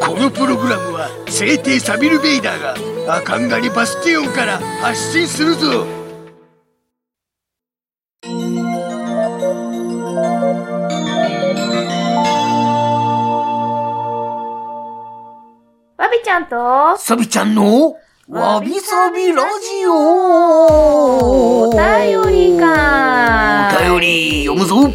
このプログラムは聖帝サビル・ベイダーがアカンガリバスティオンから発信するぞわびちゃんと、サビちゃんのわびさびラジオお便りかお便り読むぞ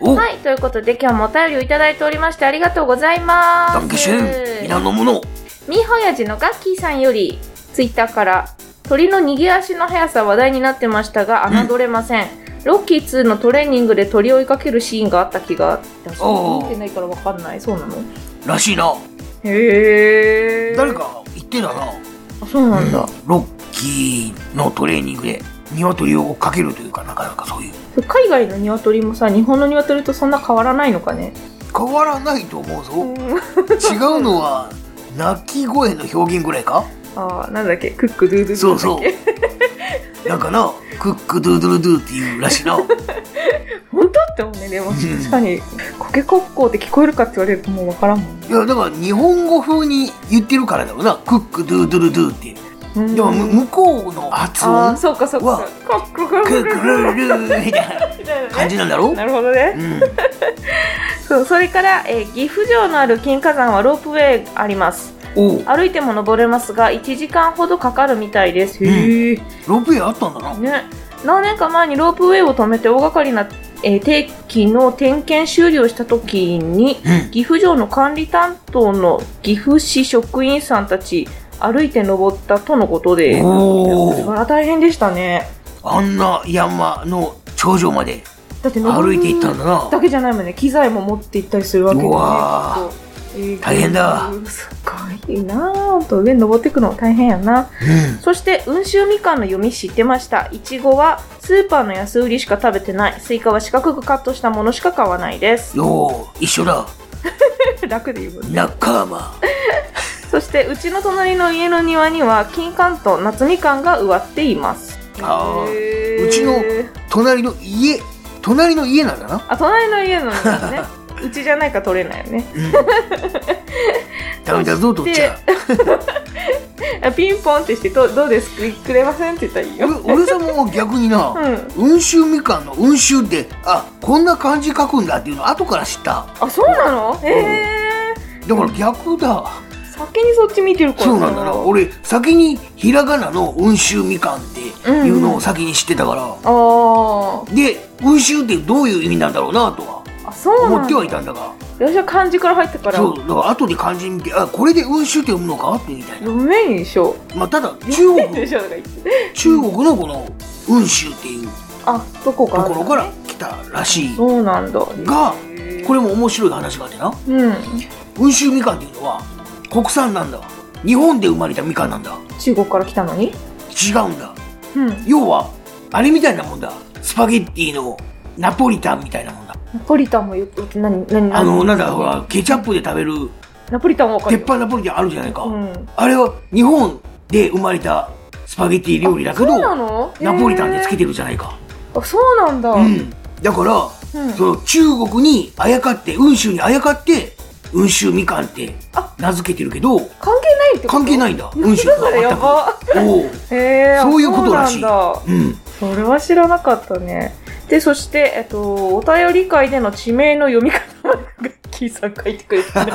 お、はい、ということで今日もお便りをいただいておりましてありがとうございます。ダンケシュン皆のものミーハヤジのガッキーさんより、ツイッターから、鳥の逃げ足の速さ話題になってましたが、侮れません。ロッキー2のトレーニングで鳥を追いかけるシーンがあった気があった。私見てないからわかんない。そうなのらしいなへえ。誰か言ってたなあそうなんだ。ロッキーのトレーニングで鶏を追っかけるというかなかなかそういう海外の鶏もさ、日本の鶏とそんな変わらないのかね。変わらないと思うぞ違うのは鳴き声の表現ぐらいかあーなんだっけクックドゥードゥそうドゥだっそけう だからクックドゥドゥルドゥっていうらしい な本当って思うねでもうん確かにコケコッコーって聞こえるかって言われるともう分からんもん、いやだから日本語風に言ってるからだろうなクックドゥドゥルドゥってうんでもむ向こうの発ああ音そうかそうはかコッココクッックドコゥルドゥみたいなみたいな感ねじなんだ ろうなるほどねんそうそれから、えー岐阜城のある金華山はロープウェイありますおう歩いても登れますが1時間ほどかかるみたいですうんへえ、ロープウェイあったんだなね何年か前にロープウェイを止めて大掛かりな、えー定期の点検修理をした時にうん岐阜城の管理担当の岐阜市職員さんたち歩いて登ったとのことでおそれおは大変でしたねあんな山の頂上までだって登歩るいていったんだなだけじゃないもんね機材も持って行ったりするわけで、うね、わーきっとえー大変だすごいなぁと上登っていくの大変やなうんそして温州みかんの読み知ってましたいちごはスーパーの安売りしか食べてないスイカは四角くカットしたものしか買わないで すよう一緒だ楽で言うもんね仲間そしてうちの隣の家の庭には金柑と夏みかんが植わっています。あーへーうちの隣の家隣の家なんだな、あ隣の家の 庭ね。うちじゃないから取れないよね。うん、ダメだぞとっちゃあピンポンってしてどどうですくれませんって言ったらいいよ。俺俺様も逆になうん。温州みかんの温州ってあこんな漢字書くんだっていうの後から知ったあそうなの？ええだから逆だー。先にそっち見てるからそうなんだな俺先にひらがなの温州みかんっていうのを先に知ってたから、あーで温州ってどういう意味なんだろうなとはあそう思なっんてだ。はいたんだが私は漢字から入ったからそう読だから後で漢字見てあこれで温州って読むのかってみたいな、めんでしょ。まあ、ただ中国でしょとか言って。中国のこの雲州っていうあどことかあるころのから来たらしいそうなんだ。がへーこれも面白い話があってなうん雲州みかんっていうのは国産なんだ日本で生まれたみかんなんだ中国から来たのに。違うんだうん、要はあれみたいなもんだスパゲッティのナポリタンみたいなもんだナポリタンもよく、何、何、あのなんだほらケチャップで食べるナポリタンもわかる鉄よ。板ナポリタンあるじゃないか、うん。あれは日本で生まれたスパゲッティ料理だけそうなどのナポリタンでつけて。てるじゃないか、あ、そうなんだ。う。うんんだからその中国にあやかって雲州にあやかって雲州みかんってあ名付けてるけど関係ないってこと。関係ないいんだ本雲当州だとそれやはば。全くおうへえ。そういうことらしいそうなんだ。うんそれは知らなかったね。で、そして、 えっと、お便り会での地名の読み方まで、ガッキーさん書いてくれてる。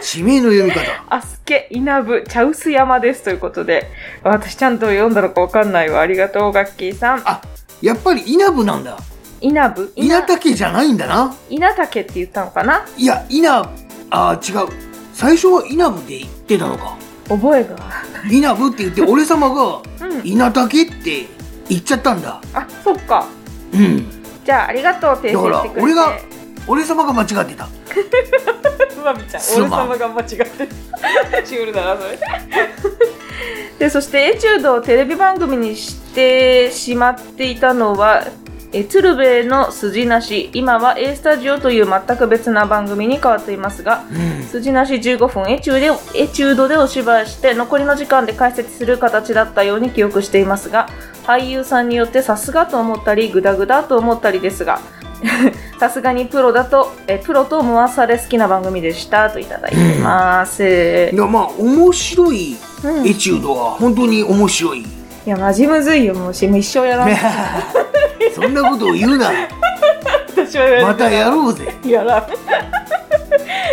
地名の読み方。アスケ、イナブ、チャウス山ですということで、私ちゃんと読んだのかわかんないわ。ありがとう、ガッキーさん。あ、やっぱり稲部なんだ。イナブ稲竹じゃないんだな。稲竹って言ったのかないや、稲、あー、違う。最初は稲部で言ってたのか。覚えが。稲部って言って、俺様がうん。稲竹って言っちゃったんだ。あ、そっか。うん。じゃあ、ありがとう、訂正してくれて。だから俺 が俺様が間違ってた。うまみちゃんすまん俺様が間違って るシュールだなそれでそしてエチュードをテレビ番組にしてしまっていたのはえ鶴瓶の筋なし今は A スタジオという全く別な番組に変わっていますがうん。筋なし15分エチューでエチュードでお芝居して残りの時間で解説する形だったように記憶していますが俳優さんによってさすがと思ったりグダグダと思ったりですが さすがにプロだとえプロと思わされ好きな番組でしたといただいてます、いや、まあ、面白いうん、エいチュードは本当に面白い。やマジむずいよもうし一生やらないそんなことを言うな。私はやらないまたやろうぜ。やら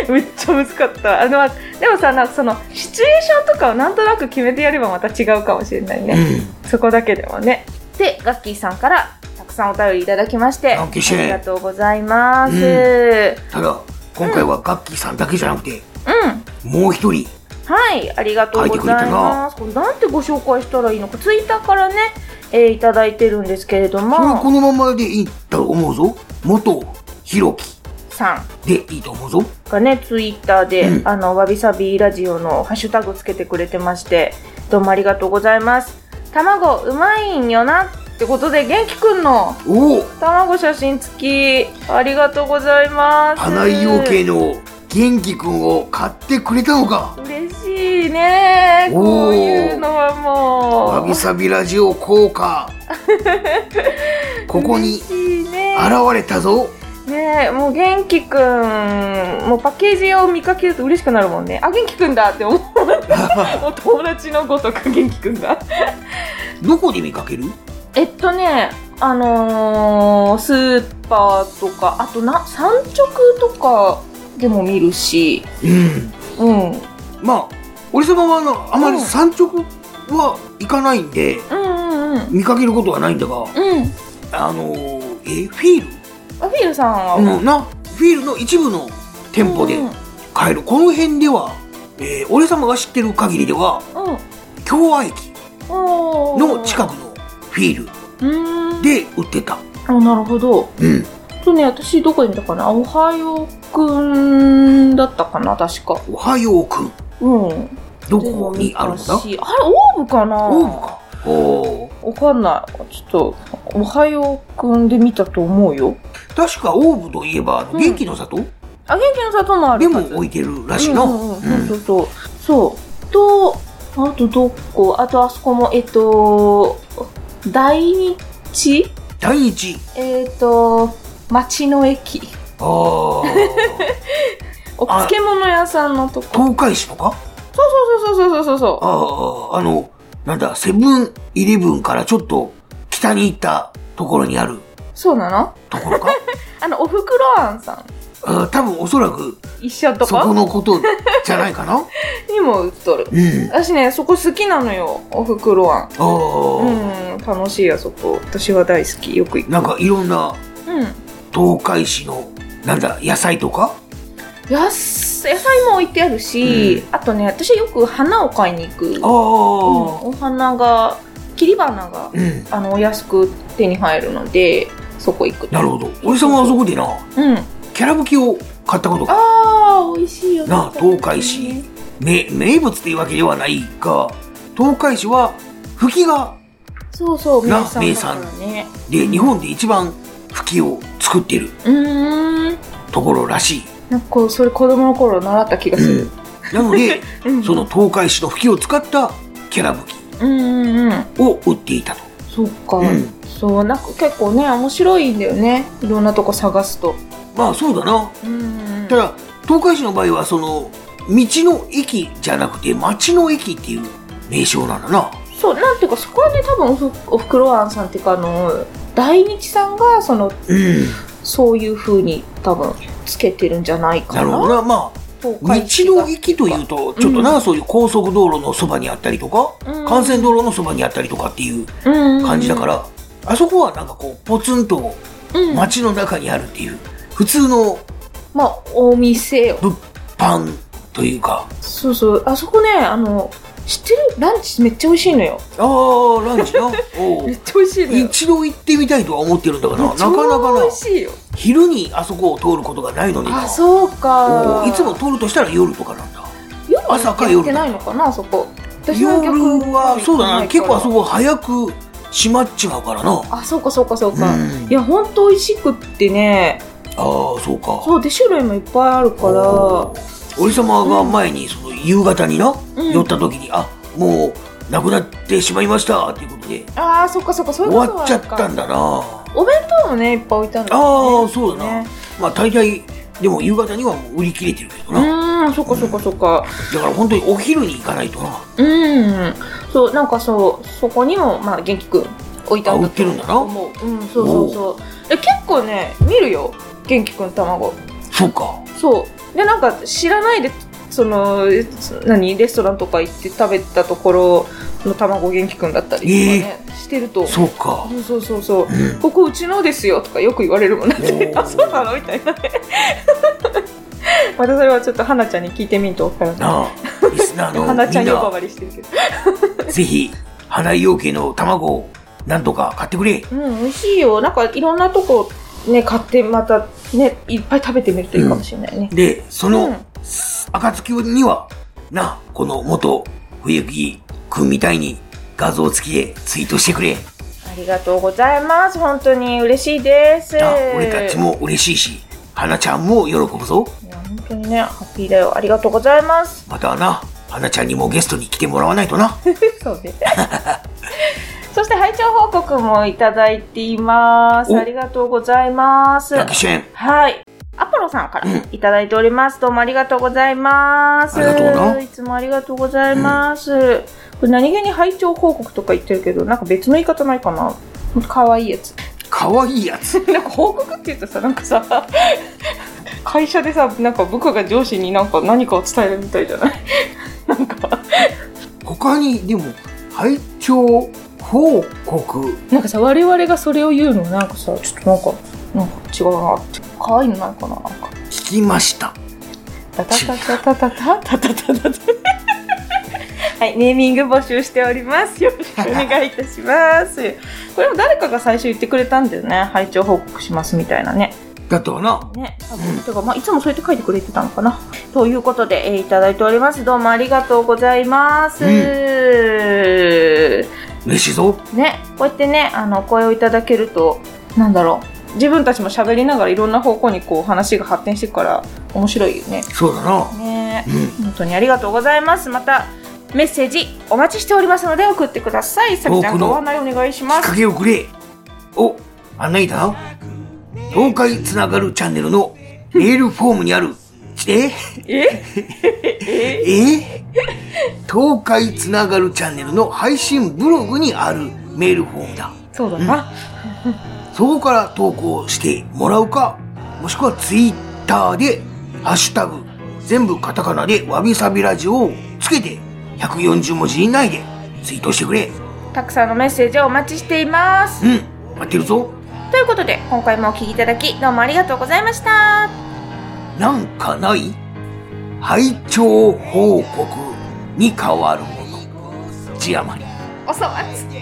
ん めっちゃ難かったあのまあでもさなんかそのシチュエーションとかをなんとなく決めてやればまた違うかもしれないね、うん。そこだけでもね。で、ガッキーさんからたくさんお便りいただきまして、ガあッキーシェーりがとうございます。ううんん、ただ、今回はガッキーさんだけじゃなくて、もう一人。はい、ありがとうございます。これなんてご紹介したらいいのか、ツイッターからね、えーいただいてるんですけれどこれこも、のままでいいと思うぞ。元ひろきさでいいと思うぞ。んがね、ツイッターで、うんあの、わびさびラジオのハッシュタグつけてくれてまして、どうもありがとうございます。卵うまいんよなってことで、元気くんのおお卵写真付き、ありがとうございます。花井養鶏の元気くんを買ってくれたのか。嬉しいねおーこういうのはもわうびさびラジオ効果。ここに現嬉しいねれたぞ。ねえもう元気くんもうパッケージを見かけると嬉しくなるもんねあ元気くんだ って思うもう友達のごとく元気くんがどこで見かけるえっとねあのースーパーとかあとな産直とかでも見るしうん。うんうんまあ、俺様はあのあまりうん産直は行かないんで、うんうん見かけることはないんだが、うんあのー、え、フィールアフィールさんは、のな、フィールの一部の店舗でうんうん買える。この辺では、えー俺様が知ってる限りでは、京和駅おーの近くのフィールうーんで売ってた。あなるほどうん。とね、私どこにいたかなおはようくんだったかな確か。おはようくん。うん。どこにあるのだあれ、オーブかなオーブか。おーわかんない。ちょっと、おはようくんで見たと思うよ。確かオーブといえば、あのうん元気の里、あ、元気の里もあでるはもず。置いてるらしいな。うんうんうんうんそうそうそう。そう。と、あとどこあとあそこも、えっと、大日第一。えっと、町の駅。ああ。お漬物屋さんのとこ。 東海市とかそうそうそうそうそうそうそう。ああ、あの、なんだ、セブンイレブンからちょっと北に行ったところにあるそうなのところ かあの、おふくろあんさん、あー多分おそらく一緒とそこかのことじゃないかなにも売っとる。 うん。私ね、そこ好きなのよ、おふくろあん。ああ、うん、楽しいあそこ。私は大好き、よく行く。なんかいろんなうん。東海市の、なんだ、野菜とかやす野菜も置いてあるし、あとね、私よく花を買いに行く。あうんあ、お花が、切り花が、うん。あの、お安く手に入るので、そこ行く。なるほど。俺様はあそこでな、うん。キャラブキを買ったことが、あー、美味しいよね。なあ東海市め名物っていうわけではないが、東海市は、吹きが、そうそう、な名産だからね。で、日本で一番吹きを作ってるうーん。ところらしい。なんかこう、それ子供の頃習った気がする。なので、うんその東海市の吹きを使ったキャラ吹きうんうんうんを売っていたと。そっか、うんそうなんか結構ね面白いんだよねいろんなとこ探すとまあそうだな。うんただ、東海市の場合は、その、道の駅じゃなくて、町の駅っていう名称なんだな。そうなんていうかそこはね多分おふおふくろあんさんっていうかあの大日さんがそのうん。そういう風に多分つけてるんじゃないかななるほどな。まあ、東道海市がの駅というと、ちょっとな、そういう高速道路のそばにあったりとか、うん幹線道路のそばにあったりとかっていう感じだから、あそこはなんかこう、ポツンとら、うん街の中にあるっていう、普通のまあお店を物販というか、そうそうあそこねあの知ってるランチめっちゃ美味しいのよああ、ランチ な。おうめっちゃ美味しいのよ一度行ってみたいとは思ってるんだから、なかなか超な美、味しいよ昼にあそこを通ることがないのになあそうおかういつも通るとしたら夜とかなんだ。夜朝かや夜ってないのかなあそこ私夜の逆は、そうだな、結構あそここ早く閉まっちまうからな。あそうかそうかそうか、うんいやほんと美味しくってねああそうかそうで種類もいっぱいあるから俺様が前にその夕方にな、うん寄った時にあもうなくなってしまいましたっていうことでああそっかそっかそういうこ終とわはっちゃったんだなあお弁当もねいっぱい置いたんだよあねそうだな、まあ大体でも夕方にはもう売り切れてるけどな、だうーんそっかそっかそっかから本当にお昼に行かないとなうんそうなんかそうそこにもまあ元気くん置いたんだあ売とってるんだな思ううんそうそうそうで結構ね見るよ元気くん卵そうかそうでなんか知らないでそのそ何レストランとか行って食べたところの卵元気くんだったりとかね、してるとそうかそうそうそうそううんここうちのですよとかよく言われるもんなっおてーあそうなのみたいなね またそれはちょっと花ちゃんに聞いてみんと分からないなあリスナーの 花ちゃんみん呼ばなわりしてるけどぜひ花井養鶏の卵をなんとか買ってくれうん美味しいよなんかいろんなとこね買ってまたねいっぱい食べてみるといいかもしれないね、で、そうのん、暁には、な、この元冬木君みたいに画像付きでツイートしてくれ。ありがとうございます本当に嬉しいですな、俺たちも嬉しいし、花ちゃんも喜ぶぞ。いや本当にねハッピーだよありがとうござい ますまたな、花ちゃんにもゲストに来てもらわないとな。そうねそして拝聴報告もいただいていますおありがとうございますラキシェン。はい。アポロさんからうんいただいております。どうもありがとうございます。ありがとうないつもありがとうございます。これ何気に拝聴報告とか言ってるけど、なんか別の言い方ないかな。ほんと可愛いやつ。 かわいいやつ。なんか報告って言うとさ、なんかさ、会社でさ、なんか部下が上司になんか何かを伝えるみたいじゃない なんか、他に、でも、拝聴報告。なんかさ、我々がそれを言うのなんかさ、ちょっとなんか、なんか違うなって。可愛いのないかななんか。聞きました。タタタタタタタタタタタはい、ネーミング募集しております。よろしくお願いいたし ます。これも誰かが最初言ってくれたんだよね。拝聴報告しますみたいなね。だったわな。ね、多分、てか、まあ、いつもそうやって書いてくれてたのかな。ということで、えーいただいております。どうもありがとうございます。うね、嬉しいぞ。こうやってね、あの、お声をいただけると、なんだろう。自分たちも喋りながらいろんな方向にこう話が発展していくから面白いよね。そうだな。ねうん。本当にありがとうございますまたメッセージお待ちしておりますので送ってくださいさきちゃん僕のとご案内お願いしきまっかすけをくれ。お、案内だ。東海つながるチャンネルのメールフォームにある、ええええ東海つながるチャンネルの配信ブログにあるメールフォームだ。そうだな、そこから投稿してもらうか、もしくはツイッターで、ハッシュタグ、全部カタカナでわびさびラジオをつけて、140文字以内でツイートしてくれ。たくさんのメッセージをお待ちしていますうん、待ってるぞ。ということで今回もお聞きいただきどうもありがとうございましたなんかない拝聴報告に変わるもの。字余り。おそわつ錆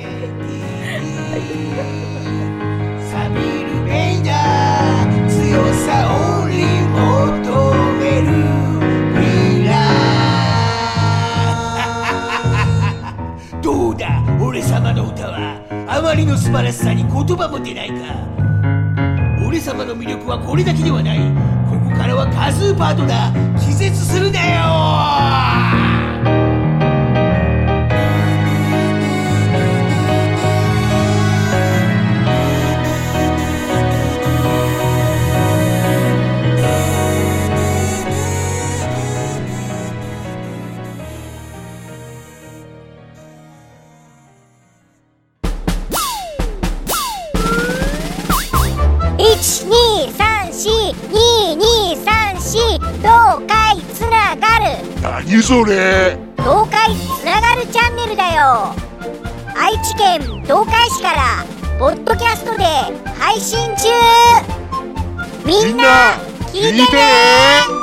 びるベイダー強さを追い求める未来どうだ俺様の歌はあまりの素晴らしさに言葉も出ないか俺様の魅力はこれだけではないここからはカズーパートだ気絶するなよ12342234東海つな何それ東海つながるチャンネルだよ愛知県東海市からポッドキャストで配信中みんな聞いてね